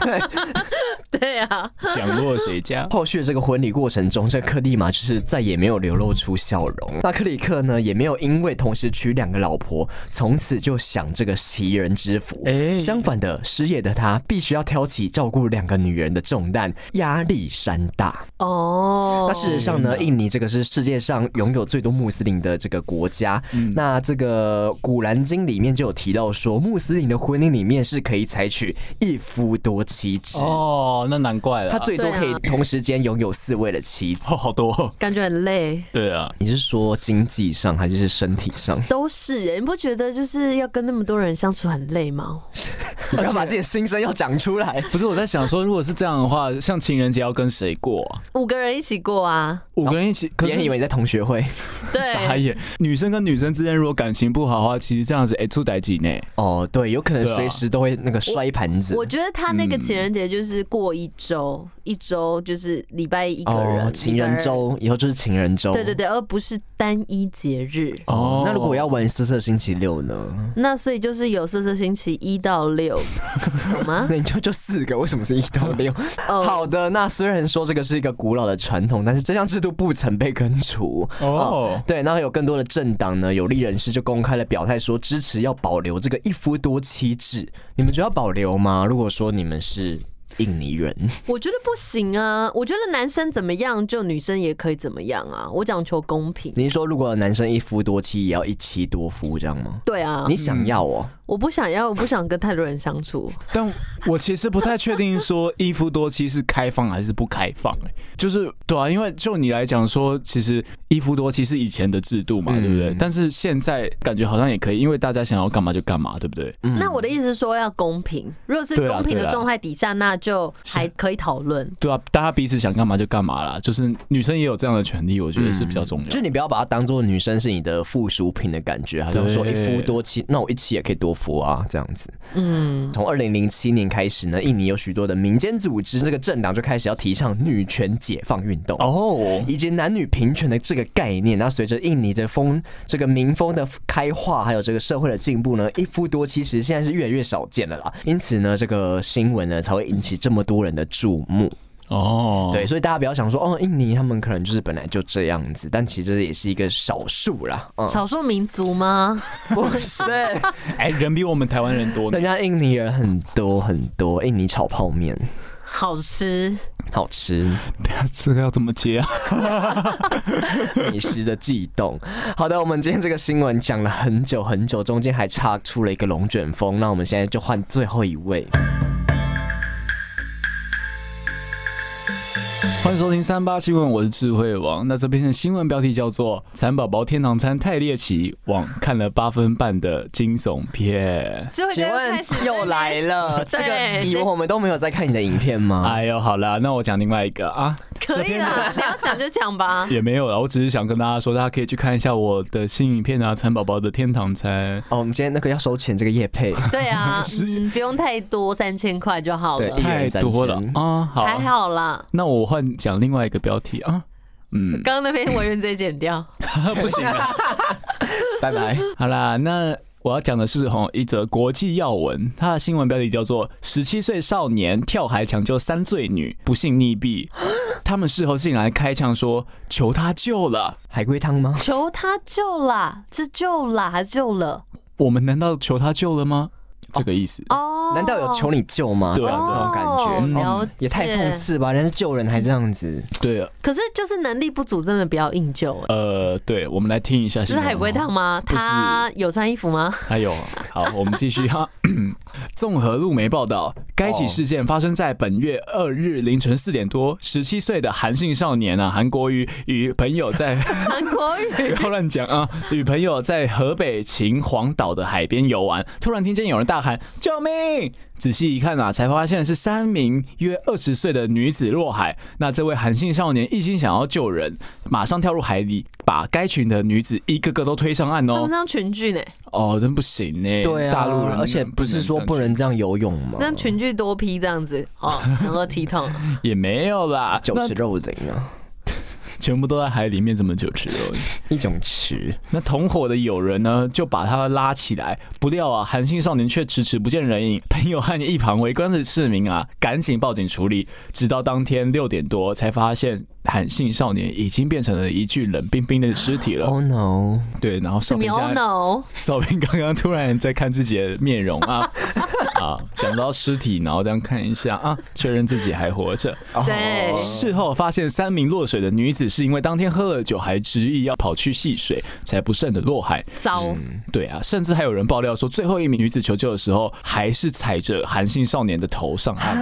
C: 对，？
A: *laughs* 对啊，
B: 讲落谁家
C: 后续这个婚礼过程中，这克蒂玛就是再也没有流露出笑容。那克里克呢，也没有因为同时娶两个老婆，从此就享这个袭人之福。
B: 哎
C: 相反的，失业的他必须要挑起照顾两个女人的重担，压力山大。
A: 哦，
C: 那事实上呢，印尼这个是世界上拥有最多穆斯林的这个国家。那这个《古兰经》里面就有提到说，穆斯林的婚姻里面是可以采取一夫多妻制。
B: 哦，那难怪了
C: 他最多可以
A: 对啊
C: 同时间拥有四位的妻子。
B: 哦好多、
A: 感觉很累，
B: 对啊，
C: 你是说经济上还是身体上？
A: 都是耶，你不觉得就是要跟那么多人相处很累吗？
C: *laughs* 你要把自己的心声要讲出来。
B: 不是我在想说，如果是这样的话，像情人节要跟谁过啊？
A: 五个人一起过啊，
B: 五个人一起，可
C: 别人以
B: 是
C: 为你在同学会
B: 傻
A: 对，
B: 眼。女生跟女生之间如果感情不好的话，其实这样子哎，出歹几呢？
C: 哦，对，有可能
B: 对啊
C: 随时都会那个摔盘子。
A: 我觉得他那个情人节就是过一周，一周就是礼拜一一个人，
C: 哦，情人
A: 礼拜
C: 周以后就是情人周。
A: 二，对对。对，而不是单一节日。
C: 哦，那如果我要玩色色星期六呢？
A: 那所以就是有色色星期一到
C: *laughs*
A: 六，懂吗？
C: 那你就就四个，为什么是一到六？
A: *laughs* 哦
C: 好的，那虽然说这个是一个古老的传统，但是这项制度不曾被根除。啊
B: 哦，
C: 对，然后有更多的政党呢，有利人士就公开了表态说支持要保留这个一夫多妻制。你们觉得要保留吗？如果说你们是印尼人，
A: 我觉得不行啊！我觉得男生怎么样，就女生也可以怎么样啊！我讲求公平。
C: 您说如果男生一夫多妻，也要一妻多夫这样吗？
A: 对啊
C: 你，想要哦？
A: 我不想要，我 *laughs* 不想跟太多人相处。
B: 但我其实不太确定说一夫多妻是开放还是不开放、欸，就是对啊，因为就你来讲说，其实一夫多妻是以前的制度嘛，
C: 嗯
B: 对不对？但是现在感觉好像也可以，因为大家想要干嘛就干嘛，对不对？
C: 嗯
A: 那我的意思是说要公平，如果是
B: 对啊
A: 公平
B: 对
A: 的
B: 啊
A: 状态底下，那就还可以讨论。
B: 对啊，大家彼此想干嘛就干嘛啦，就是女生也有这样的权利，我觉得是比较重要。
C: 就你不要把它当做女生是你的附属品的感觉，好像说一
B: 对
C: 夫多妻，那我一妻也可以多夫啊，这样子。
A: 嗯，
C: 从二零零七年开始呢，印尼有许多的民间组织，这个政党就开始要提倡女权解放运动。
B: 哦，
C: 以及男女平权的这个概念，那随着印尼的风这个民风的开化，还有这个社会的进步呢，一夫多妻其实现在是越来越少见了啦。因此呢，这个新闻呢才会引起这么多人的注目。
B: 哦，
C: 对，，所以大家不要想说哦，印尼他们可能就是本来就这样子，但其实也是一个少数啦。
B: *laughs*
C: 嗯，
A: 少数民族吗？ *laughs*
C: 不是，
B: 哎、人比我们台湾人多呢
C: 人。家印尼人很多很多，印尼炒泡面
A: 好吃，
C: 好吃。
B: 这个要怎么接啊？
C: 美食的悸动。好的，我们今天这个新闻讲了很久很久，中间还插出了一个龙卷风。那我们现在就换最后一
A: *laughs*
C: 位，
B: 欢迎收听三八新闻，我是智慧王。那这篇的新闻标题叫做《蚕宝宝天堂餐太猎奇》，网看了八分半的惊悚片。
A: 就会
C: 请问
A: 开始
C: 又来了，这个
A: 对
C: 以为我们都没有在看你的影片吗？
B: *laughs* 哎呦，好啦，那我讲另外一个啊，
A: 可以啦，你要讲就
C: *laughs*
A: 讲
B: *laughs*
A: 吧。
B: 也没有啦，我只是想跟大家说，大家可以去看一下我的新影片啊，《蚕宝宝的天堂餐》。
C: 哦，我们今天那个要收钱，这个叶配，
A: 对啊，嗯，不用太多，三千块就好
C: 对
A: 了
C: 一，人
B: 太
C: 三
B: 多了
C: 千
B: 啊，好，
A: 还好啦。
B: 那我换讲另外一个标题啊，嗯，
A: 刚刚那边委员直接
C: *laughs*
A: 剪掉，
B: 不行了。
C: 拜拜。
B: *laughs* 好啦，那我要讲的是吼一则国际要闻，它的新闻标题叫做“十七岁少年跳海抢救三醉女，不幸溺
A: *gasps*
B: 毙”，他们事后竟然开枪说求他救了，
C: 海龟汤吗？
A: 求他救啦，是救啦还是救了？
B: 我们难道求他救了吗？这个意思。
A: 哦，
C: 难道有求你救吗？
B: 对啊
C: 这种感觉。
A: 哦了
C: 哦
A: 解
C: 也太讽刺吧！人家救人还这样子，
B: 对，
A: 可是就是能力不足，真的不要硬救。
B: 呃，对，我们来听一下。
A: 这
C: 啊
A: 是海龟
B: *laughs*
A: 汤吗？
B: 不是
A: 他有穿衣服吗？
B: 还有，好，我们继续哈。 *clears throat* 综合路媒报道，该起事件发生在本月二日凌晨四点多，十七岁的韩姓少年啊，韩国瑜与朋友在。
A: 韩国
C: *laughs*
A: 语
B: 不要乱讲啊！与朋友在河北秦皇岛的海边游玩，突然听见有人大喊“救命”，仔细一看啊，才发现是三名约二十岁的女子落海。那这位韩姓少年一心想要救人，马上跳入海里，把该群的女子一个个都推上岸
A: 他
B: 哦
A: 们。这样群聚呢，
B: 哦，真不行
C: 嗯
B: 呢、
C: 对啊，
B: 大陆人，
C: 而且不是说不，能这样游泳吗
A: 这？样群聚多批这样子
C: *laughs*
A: 哦，想喝体统。
B: 也没有啦，
C: 酒
B: 那
C: 池肉林啊，
B: 全部都在海里面，怎么九池哦肉林？
C: 一种池。
B: 那同伙的友人呢，就把他拉起来，不料啊，韩姓少年却迟迟不见人影。朋友和一旁围观的市民啊，赶紧报警处理。直到当天六点多，才发现韩姓少年已经变成了一具冷冰冰的尸体了。
C: Oh no！
B: 对，然后
A: 是
B: 少平
A: 牛
B: 现在，
A: 脑，
C: 哦
B: 少平刚刚突然在看自己的面容啊 *laughs* 啊，讲到尸体，然后这样看一下啊，确认自己还活着。
A: 对
C: 哦
B: 事后发现三名落水的女子是因为当天喝了酒，还执意要跑去戏水，才不慎的落海。
A: 糟，
B: 对啊，甚至还有人爆料说，最后一名女子求救的时候，还是踩着韩姓少年的头上岸。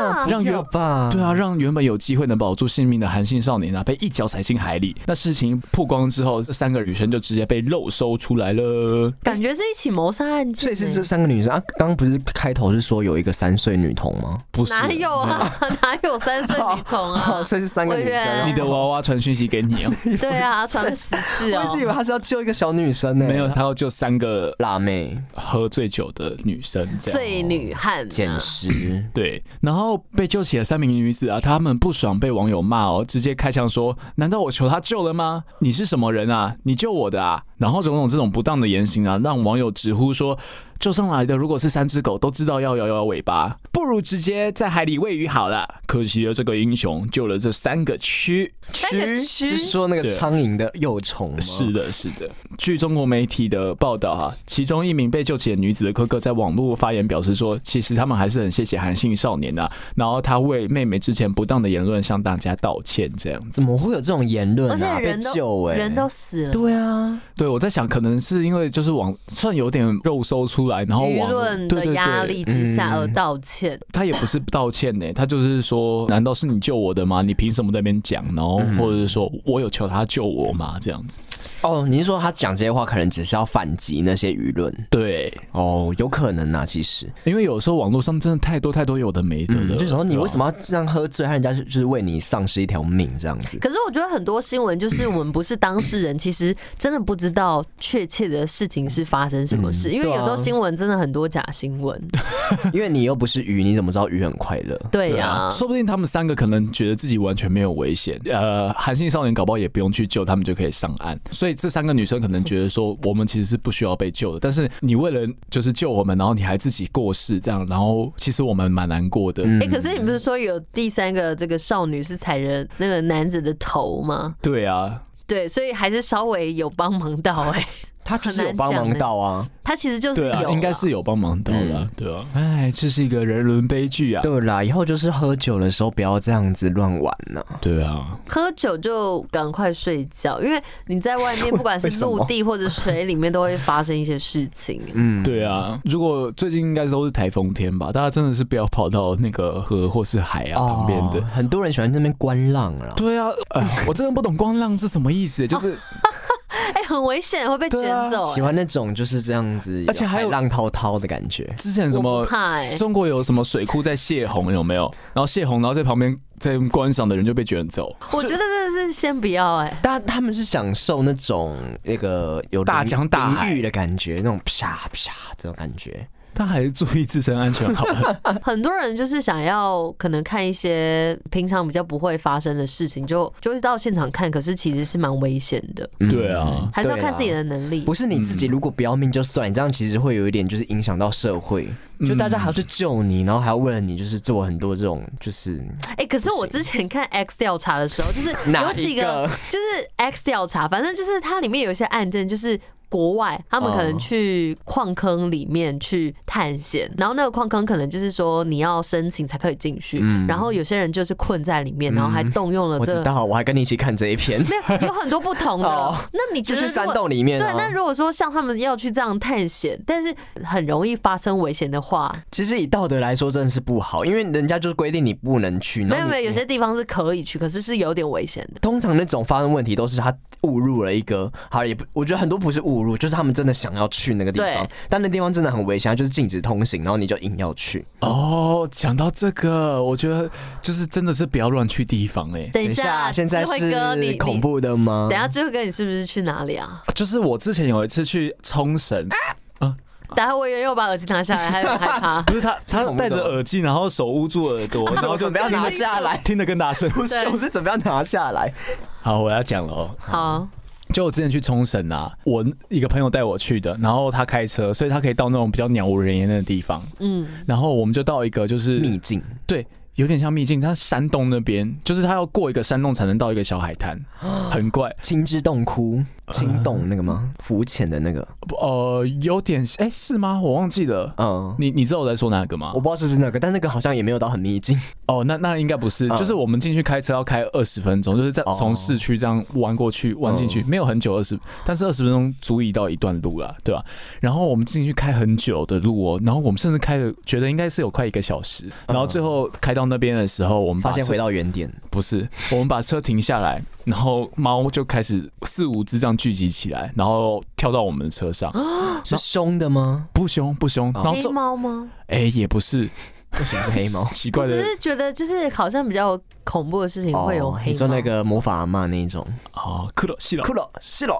C: 啊，不
B: 让
C: 要
B: 有
C: 吧？
B: 哦对啊，让原本有机会能保住性命的韩姓少年啊，被一脚踩进海里。那事情曝光之后，这三个女生就直接被肉搜出来了。
A: 感觉是一起谋杀案
C: 所以
A: 件呢。
C: 是这三个女生啊，刚刚不是开头是说有一个三岁女童吗？
B: 不是
A: 哪有啊？哪有三岁女童啊
C: *laughs* 哦，？生三个女
A: 委员
C: 生，
B: 你的娃娃传讯息给你
A: *laughs*
B: 哦，
A: 对啊，传个十次
C: 我一直以
A: 哦。
C: 为他是要救一个小女生呢、
B: 没有，他要救三个
C: 辣妹
B: 喝醉酒的女生这样。
A: 最女汉啊
C: 捡尸，
B: 对，然后被救起的三名女子啊，她们不爽被网友骂哦，直接开枪说：“难道我求他救了吗？你是什么人啊？你救我的啊！”然后种种这种不当的言行啊，让网友直呼说：“救上来的如果是三只狗，都知道要摇摇尾巴，不如直接在海里喂鱼好了。”可惜了这个英雄救了这三个蛆。
A: 三个
C: 蛆
A: 蛆
C: 是说那个
B: 啊对
C: 苍蝇的幼虫吗？
B: 是的，是的。据中国媒体的报道哈、其中一名被救起的女子的哥哥在网络发言表示说，其实他们还是很谢谢韩信少年呐、啊然后他为妹妹之前不当的言论向大家道歉。这样，
C: 怎么会有这种言论
A: 而且
C: 啊？被
A: 人
C: 救
A: 都
C: 哎、
A: 人都死了，
C: 对啊，
B: 对我在想，可能是因为就是网算有点肉搜出来，然后
A: 舆
B: 网
A: 论
B: 对
A: 的
B: 对
A: 压
B: 对，
A: 力之下
C: 嗯
A: 而道歉。
B: 他也不是道歉呢、他就是说，难道是你救我的吗？你凭什么在那边讲？然后
C: 嗯
B: 或者是说我有求他救我吗？这样子，
C: 哦，你是说他讲这些话可能只是要反击那些舆论？
B: 对，
C: 哦，有可能啊，其实，
B: 因为有时候网络上真的太多太多有的没的了，
C: 嗯，就想你为
B: 对吧啊
C: 什么要这样喝醉，让人家就就是为你丧失一条命这样
A: *laughs*
C: 子？
A: 可是我觉得很多新闻就是我们不是当事人，其实真的不知道确切的事情是发生什么
C: 嗯
A: 事，因为有时
C: 啊
A: 候新闻真的很多假新闻。
C: 因为你又不是鱼，你怎么知道鱼很快乐？
A: 对啊呀、
B: 说不定他们三个可能觉得自己完全没有危险，呃，韩信少年搞不好也不用去救，他们就可以上岸。所以这三个女生可能觉得说，我们其实是不需要被救的，但是你为了就是救我们，然后你还自己过世这样，然后其实我们蛮难过
C: 嗯
B: 的。
A: 哎、可是你不是说有第三个这个少女是踩着那个男子的头吗？
B: 对啊，
A: 对，所以还是稍微有帮忙到
B: *laughs*
A: 哎、
C: 他就是有帮
A: 很难
C: 忙
A: 讲欸
C: 到啊。
A: 他其实就是
B: 对
A: 有
B: 啊
A: 啦、，
B: 应该是有帮忙到的啊，对啊。哎，这是一个人伦悲剧啊。
C: 嗯对啦，以后就是喝酒的时候不要这样子乱玩了、
B: 对啊，
A: 喝酒就赶快睡觉，因为你在
B: *laughs*
A: 外面不管是
C: 为什么
A: 陆地或者水里面都会发生一些事
B: *laughs*
A: 情。
C: 嗯，
B: 对啊。如果最近应该都是台风天吧，大家真的是不要跑到那个河或是海啊旁边的
C: 哦，。很多人喜欢在那边观浪啦。
B: 对啊，呃，我真的不懂光浪是什么意思，
C: 哦
B: 就是
A: 哎、很危险，会被卷
B: 对啊
A: 走、
C: 喜
A: 欸。
C: 欢那种就是这样子，
B: 而且还有
C: 海浪滔滔的感觉。
B: 之前什
A: 我
B: 么
A: 不怕哎、
B: 中国有什么水库在泄洪有没有？然后泄洪，然后在旁边在观赏的人就被卷走，
A: 我觉得真的是先不要哎、
C: 但他们是享受那种那个有
B: 大
C: 淋
B: 江大
C: 淋
B: 海
C: 浴的感觉，那种啪啪这种感觉。
B: 但还是注意自身安全好了。
A: 很多人就是想要可能看一些平常比较不会发生的事情，就就会到现场看，可是其实是蛮危险的，
B: 对啊，
A: 还是要看自己
C: 对啊
A: 的能力。
C: 不是你自己，如果不要命就算，你这样其实会有一点就是影响到社会，
B: 嗯
C: 就大家还要去救你，然后还要为了你就是做很多这种就是
B: 嗯
A: 哎、可是我之前看 X 调查的时候，就是
C: *laughs* 哪
A: 有几
C: 一个
A: 就是 X 调查，反正就是它里面有一些案件，就是国外他们可能
C: 嗯
A: 去矿坑里面去探险，然后那个矿坑可能就是说你要申请才可以进去，然后有些人就是困在里面，然后还动用了
C: 嗯我
A: 这
C: 知道，我还跟你一起看这一篇，
A: *laughs* 有很多不同的
C: *laughs* 哦。
A: 那你觉
C: *laughs* 就
A: 得
C: 去山
A: 如果
C: 洞里面、
A: 对，那
C: 啊。
A: 如果说像他们要去这样探险，但是很容易发生危险的话，
C: 其实以道德来说真的是不好，因为人家就是规定你不能去，然
A: 没
C: 后
A: 有
C: 你
A: 没有，有些地方是可以去，可是是有点危险的。
C: 通常那种发生问题都是他误入了一个，好也不，我觉得很多不是误入，就是他们真的想要去那个地方
A: 对，
C: 但那地方真的很危险，它就是禁止通行，然后你就硬要去。
B: 哦，讲到这个，我觉得就是真的是不要乱去地方哎、
A: 等
C: 等
A: 一下，
C: 现在
A: 智慧哥，你
C: 是
A: 你
C: 恐怖的吗？
A: 等一下智慧哥，你是不是去哪里啊？
B: 就是我之前有一次去冲绳，。
A: 等下我也又把耳机拿下来，还很害怕
C: *laughs*
B: 不是他，
C: 是
B: 他
C: 恐怖的
B: 戴着耳机，然后手捂住耳朵，然后就
C: 啊不要拿下来。
B: 听得更大声。
C: 不是，
A: *laughs* 对
C: 我是准备要拿下来。
B: 好，我要讲了哦。
A: 好，
B: 就我之前去冲绳啊，我一个朋友带我去的，然后他开车，所以他可以到那种比较鸟无人烟的地方。
A: 嗯，
B: 然后我们就到一个就是
C: 秘境，
B: 对，有点像秘境，它山洞那边，就是它要过一个山洞才能到一个小海滩，很怪。
C: 青之洞窟，青洞那个吗？浮潜的那个，
B: 呃，有点哎、是吗？我忘记了。
C: 嗯，
B: 你你知道我在说哪个吗
C: 我？不知道是不是那个，但那个好像也没有到很秘境。
B: 哦，那那应该不是，
C: 嗯
B: 就是我们进去开车要开二十分钟，就是在
C: 哦嗯
B: 从市区这样弯过去弯进去，没有很久二十，但是二十分钟足以到一段路啦，对吧、然后我们进去开很久的路哦，然后我们甚至开了觉得应该是有快一个小时，然后最后开到那边的时候，我们把
C: 嗯发现
B: 车
C: 回到原点，
B: 不是，我们把车停下来，然后猫就开始四五只这样聚集起来，然后跳到我们的车上，
C: 是凶的吗？
B: 不凶不凶，然后
A: 黑
B: 这
A: 猫吗？
B: 哎、也不是？
C: 为哦什么是黑 *laughs* 猫
B: 奇
A: 我
B: 怪的
A: 只是觉得就是好像比较恐怖的事情会有黑猫。
C: 你说那个魔法阿嬷那一种，
B: 哦，克洛西了，
C: 了是了，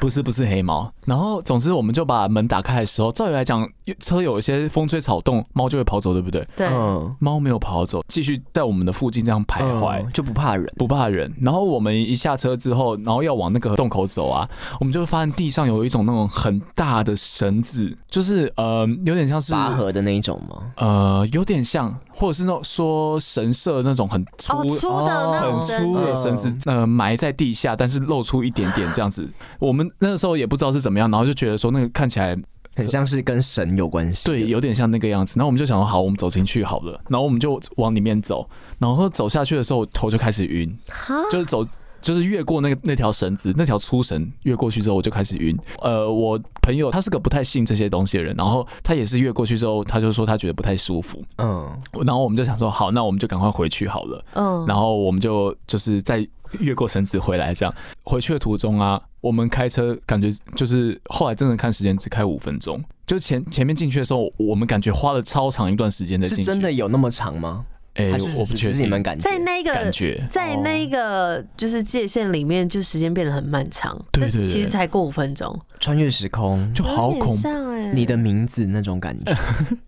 B: 不是不是黑猫。然后总之我们就把门打开的时候，照理来讲，车有一些风吹草动，猫就会跑走，对不对？
A: 对，
C: 嗯，
B: 猫没有跑走，继续在我们的附近这样徘徊。
C: 嗯就不怕人，
B: 不怕人。然后我们一下车之后，然后要往那个洞口走啊，我们就发现地上有一种那种很大的绳子，就是呃，有点像是
C: 拔河的那一种吗？
B: 呃，有点像，或者是那种说神社那种很粗。
A: 哦，粗的那
B: 很
A: 种
C: 哦
A: 绳
B: 粗
A: 子
B: 的绳子，呃，埋在地下，但是露出一点点这样子。我们那个时候也不知道是怎么样，然后就觉得说那个看起来
C: 很像是跟神有关系。
B: 对，，有点像那个样子。然后我们就想说，好，我们走进去好了。然后我们就往里面走，然后走下去的时候，我头就开始晕，
A: 哈，
B: 就是走，就是越过那个那条绳子，那条粗绳越过去之后，我就开始晕。呃，我朋友他是个不太信这些东西的人，然后他也是越过去之后，他就说他觉得不太舒服。
C: 嗯，
B: 然后我们就想说，好，那我们就赶快回去好了。
A: 嗯，
B: 然后我们就就是再越过绳子回来，这样回去的途中啊，我们开车感觉就是后来真的看时间只开五分钟，就前前面进去的时候，我们感觉花了超长一段时间在进
C: 是
B: 去。
C: 真的，有那么长吗？
B: 哎、
C: 还是
B: 我不确
C: 只是你
B: 定
C: 们感觉？
A: 在那
B: 感
A: 个
B: 觉。
A: 在那个就是界限里面，就时间变得很漫长，
B: 对
A: 但是
B: 对对
A: 其实才过五分钟，
C: 穿越时空，
B: 就好恐怖，
A: 怖哎，
C: 你的名字那种感
B: *laughs*
C: 觉，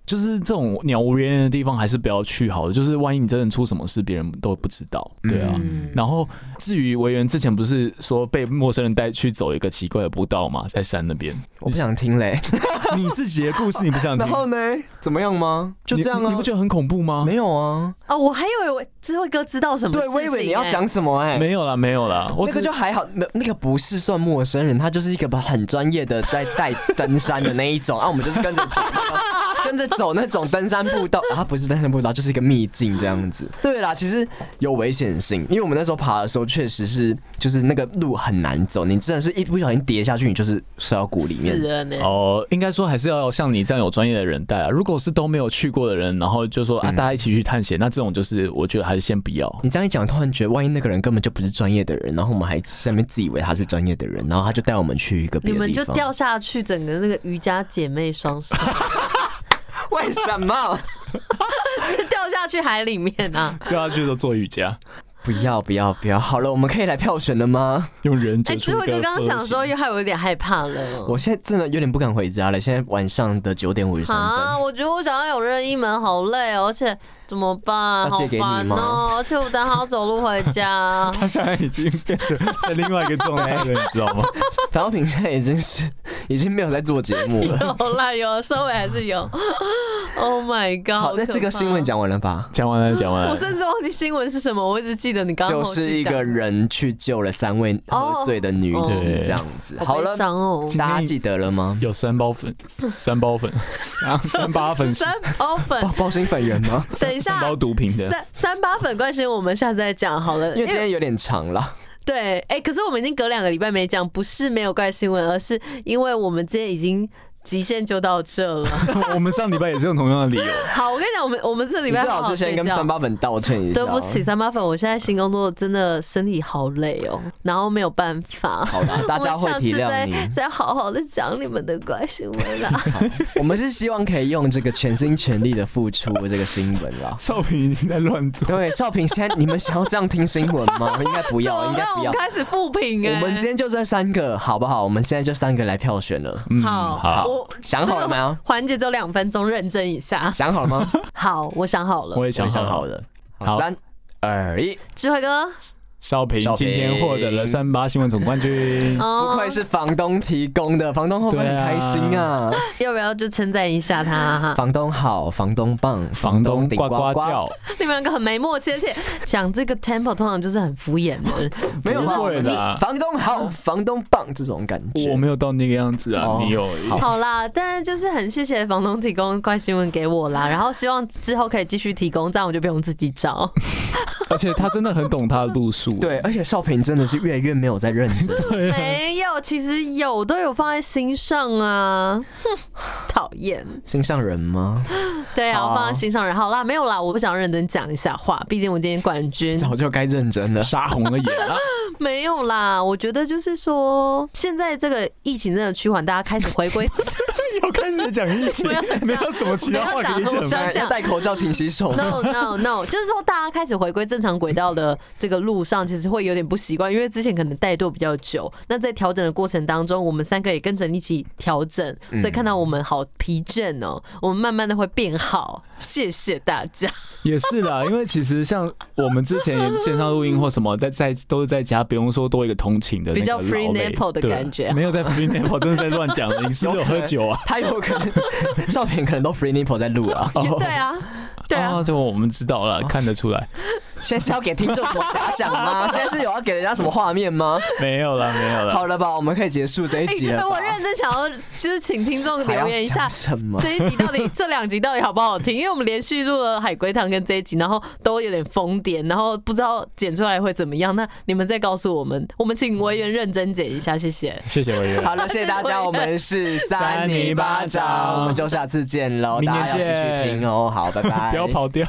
B: 就是这种鸟无人烟的地方，还是不要去好了。就是万一你真的出什么事，别人都不知道。对啊，
A: 嗯
B: 然后至于维园之前不是说被陌生人带去走一个奇怪的步道吗？在山那边，
C: 我不想听嘞。
B: *laughs* 你自己的故事你不想
C: *laughs*
B: 听
C: 然，后呢？怎么样吗？就这样
B: 你
C: 啊？
B: 你不觉得很恐怖吗？
C: 没有啊？
A: 哦，我还以为我智慧哥知道什么事
C: 对，
A: 情欸，
C: 我以为你要讲什么哎、
B: 没有啦，没有啦，我
C: 那
B: 只
C: 个
B: 是
C: 就还好，那那个不是算陌生人，他就是一个很专业的在带登山的那一种 *laughs* 啊，我们就是跟着走，跟着走那种登山步道啊，不是登山步道，就是一个秘境这样子。对啦，其实有危险性，因为我们那时候爬的时候确实是，就是那个路很难走，你真的是一不小心跌下去，你就是摔到谷里面
A: 死。了呢，
B: 哦，应该说还是要像你这样有专业的人带啊。如果是都没有去过的人，然后就说啊，大家一起去探险，那这种就是我觉得还是先不要。
C: 你这样一讲，突然觉得万一那个人根本就不是专业的人，然后我们还在那边自以为他是专业的人，然后他就带我们去一个别
A: 你
C: 的
A: 们
C: 地
A: 就
C: 方。
A: 掉下去，整个那个瑜伽姐妹双手
C: *laughs* 为什么？
A: 掉下去海里面啊！
B: 掉下去都做瑜伽，
C: 不要不要不要！好了，我们可以来票选了吗？
B: 用人折
A: 哎，
B: 出
A: 智
B: 一
A: 慧哥
B: 个
A: 刚刚
B: 方
A: 想
B: 形。
A: 说，又害我有点害怕了。哦
C: 我现在真的有点不敢回家了，现在晚上的九点五十三
A: 啊，
C: 分。
A: 我觉得我想要有任意门，好累哦，而且怎么办？
C: 要
A: 好
C: 借给你
A: 烦
C: 吗
A: 哦！而且我等下还要走路回家
C: *laughs*
B: 他现在已经变成在另外一个状态了，你知道 *laughs* 吗？
C: 樊浩平现在已经是已经没有在做节
A: *laughs*
C: 目了。
A: 有啦，有收尾还是有。Oh my god！
C: 好，那这个
A: 可怕
C: 新闻，讲完了吧？
B: 讲完了，讲完
A: 我
B: 了。
A: 甚至忘记新闻是什么，我一直记得你刚刚
C: 就
A: 后
C: 是
A: 续
C: 一
A: 讲
C: 个人去救了三位喝醉的女
A: 哦
C: 子
B: 对，
C: 这样子。
A: 好
C: 好
A: 悲
C: 了，
A: 伤哦。
C: 大家记得了吗？
B: 有三包粉，三包粉，三 *laughs* 三八粉，
A: 三
C: *laughs*
A: 包粉
C: 报，报新粉人
A: *laughs*
C: 吗？
A: 等一
B: 三
A: 下
B: 包，毒品的。
A: 三三八粉关心我们下次再讲好了。
C: 因为今天有点长了，
A: 对，哎、可是我们已经隔两个礼拜没讲，不是没有怪新闻，而是因为我们今天已经极限就到这了。 *laughs*
B: 我们上礼拜也是用同样的理由。
A: 好，我跟你讲，我们我们这礼
C: 你
A: 拜
C: 最好是先跟
A: 好
C: 三
A: 好睡觉。
C: 八粉道歉一下。哦
A: 对不起，。三八粉，我现在新工作真的身体好累哦，然后没有办法。
C: 好
A: *laughs*
C: 啦，大家
A: 我
C: 会
A: 们下次
C: 体谅
A: 再
C: 你。
A: 再好好的讲你们的怪新闻啦。
C: 我们是希望可以用这个全心全力的付出这个新闻啦。
B: 少平已经在乱做，
C: *laughs* 对，少平，现在你们想要这样听新闻吗？应该 *laughs* 不要，应该
A: 那我
C: 不
A: 们
C: 要。
A: 开始复评哎、
C: 我们今天就这三个，好不好？我们现在就三个来票选了。
B: 嗯
A: 好
B: 好，
A: 我
C: 想好了没有
A: 这个环节只有两分钟，认真一下。
C: 想好了
B: *laughs*
C: 吗？
A: 好，我想好了
B: 我。也
C: 我
B: 想
C: 想好
B: 好了。
C: 了。
B: 好
C: 三二一，
A: 智慧哥，
B: 少平今天获得了三八新闻总冠军， *laughs*
A: 哦
C: 不愧是房东提供的，房东会不会很开心啊？
A: 哦要不要就称赞一下他哈？
C: 房东好，房东棒，
B: 房东
C: 顶
B: 呱呱。叫，
A: 你们两个很没默契，而且讲这个 tempo 通常就是很敷衍的。
B: *laughs*
C: 没有吧
B: 不
C: 我
B: 会
C: 们是
B: 啦
C: 房东好，房东棒这种感觉。
B: 我没有到那个样子
C: 哦
B: 啊，你有一点。
A: 好啦，但是就是很谢谢房东提供怪新闻给我啦，然后希望之后可以继续提供，这样我就不用自己找。
B: 而且他真的很懂他的路数。啊
C: 对，而且少平真的是越来越没有在认
B: *laughs*
C: 真。
A: 没有，其实有都有放在心上啊， *laughs* 哼，讨厌。
C: 心上人吗？
A: 对啊，
C: 好
A: 我放在心上。然后啦，没有啦，我不想认真讲一下话，毕竟我今天冠军。
C: 早就该认真了。
B: 杀红了眼啊！
A: 没有啦，我觉得就是说，现在这个疫情真的趋缓，大家开始回归，
B: *laughs* 又开始讲疫
A: *laughs*
B: 情
A: 不要讲，
B: 没有什么其他话可以
A: 不要
B: 讲
A: 讲
B: 吗。
A: 想讲
C: 要戴口罩，勤洗
A: *laughs*
C: 手。
A: no no no，就是说大家开始回归正常轨道的这个路上，其实会有点不习惯，因为之前可能怠惰比较久。那在调整的过程当中，我们三个也跟着一起调整，所以看到我们好疲倦哦，我们慢慢的会变好。谢谢大家，
B: 也是啦，因为其实像我们之前线上录音或什么，在在都是在家，不用说多一个通勤的那个
A: 比较
B: 劳
A: free
B: 累
A: nipple 的
B: 对
A: 感觉
B: 没有在 free nipple，真的在乱讲了。你是不是有喝酒啊？
C: 他有可能，照片可能都 free nipple 在录啊。
A: 对啊，
C: 哦
A: 对啊，
B: 这我们知道了，看得出来。
C: 现在是要给听众什么遐想吗？现在是有要给人家什么画面吗？
B: 没有了，没有了。
C: 好了吧，我们可以结束这一集了
A: 哎
C: 吧。
A: 我认真想要，就是请听众
C: 啊还要
A: 留言一下
C: 讲，什么？
A: 这一集到底这两集到底好不好听？因为我们连续录了海龟汤跟这一集，然后都有点疯癫，然后不知道剪出来会怎么样。那你们再告诉我们，我们请维园认真剪一下，谢谢。
B: 谢谢委员。
C: 好了，谢谢大家，我们是
B: 三
C: 三
B: 泥
C: 泥
B: 巴
C: 巴
B: 掌
C: 掌，我们就下次见喽，
B: 明
C: 大
B: 年
C: 家要继续
B: 见
C: 听哦，好，拜拜，
B: *laughs* 不要跑掉。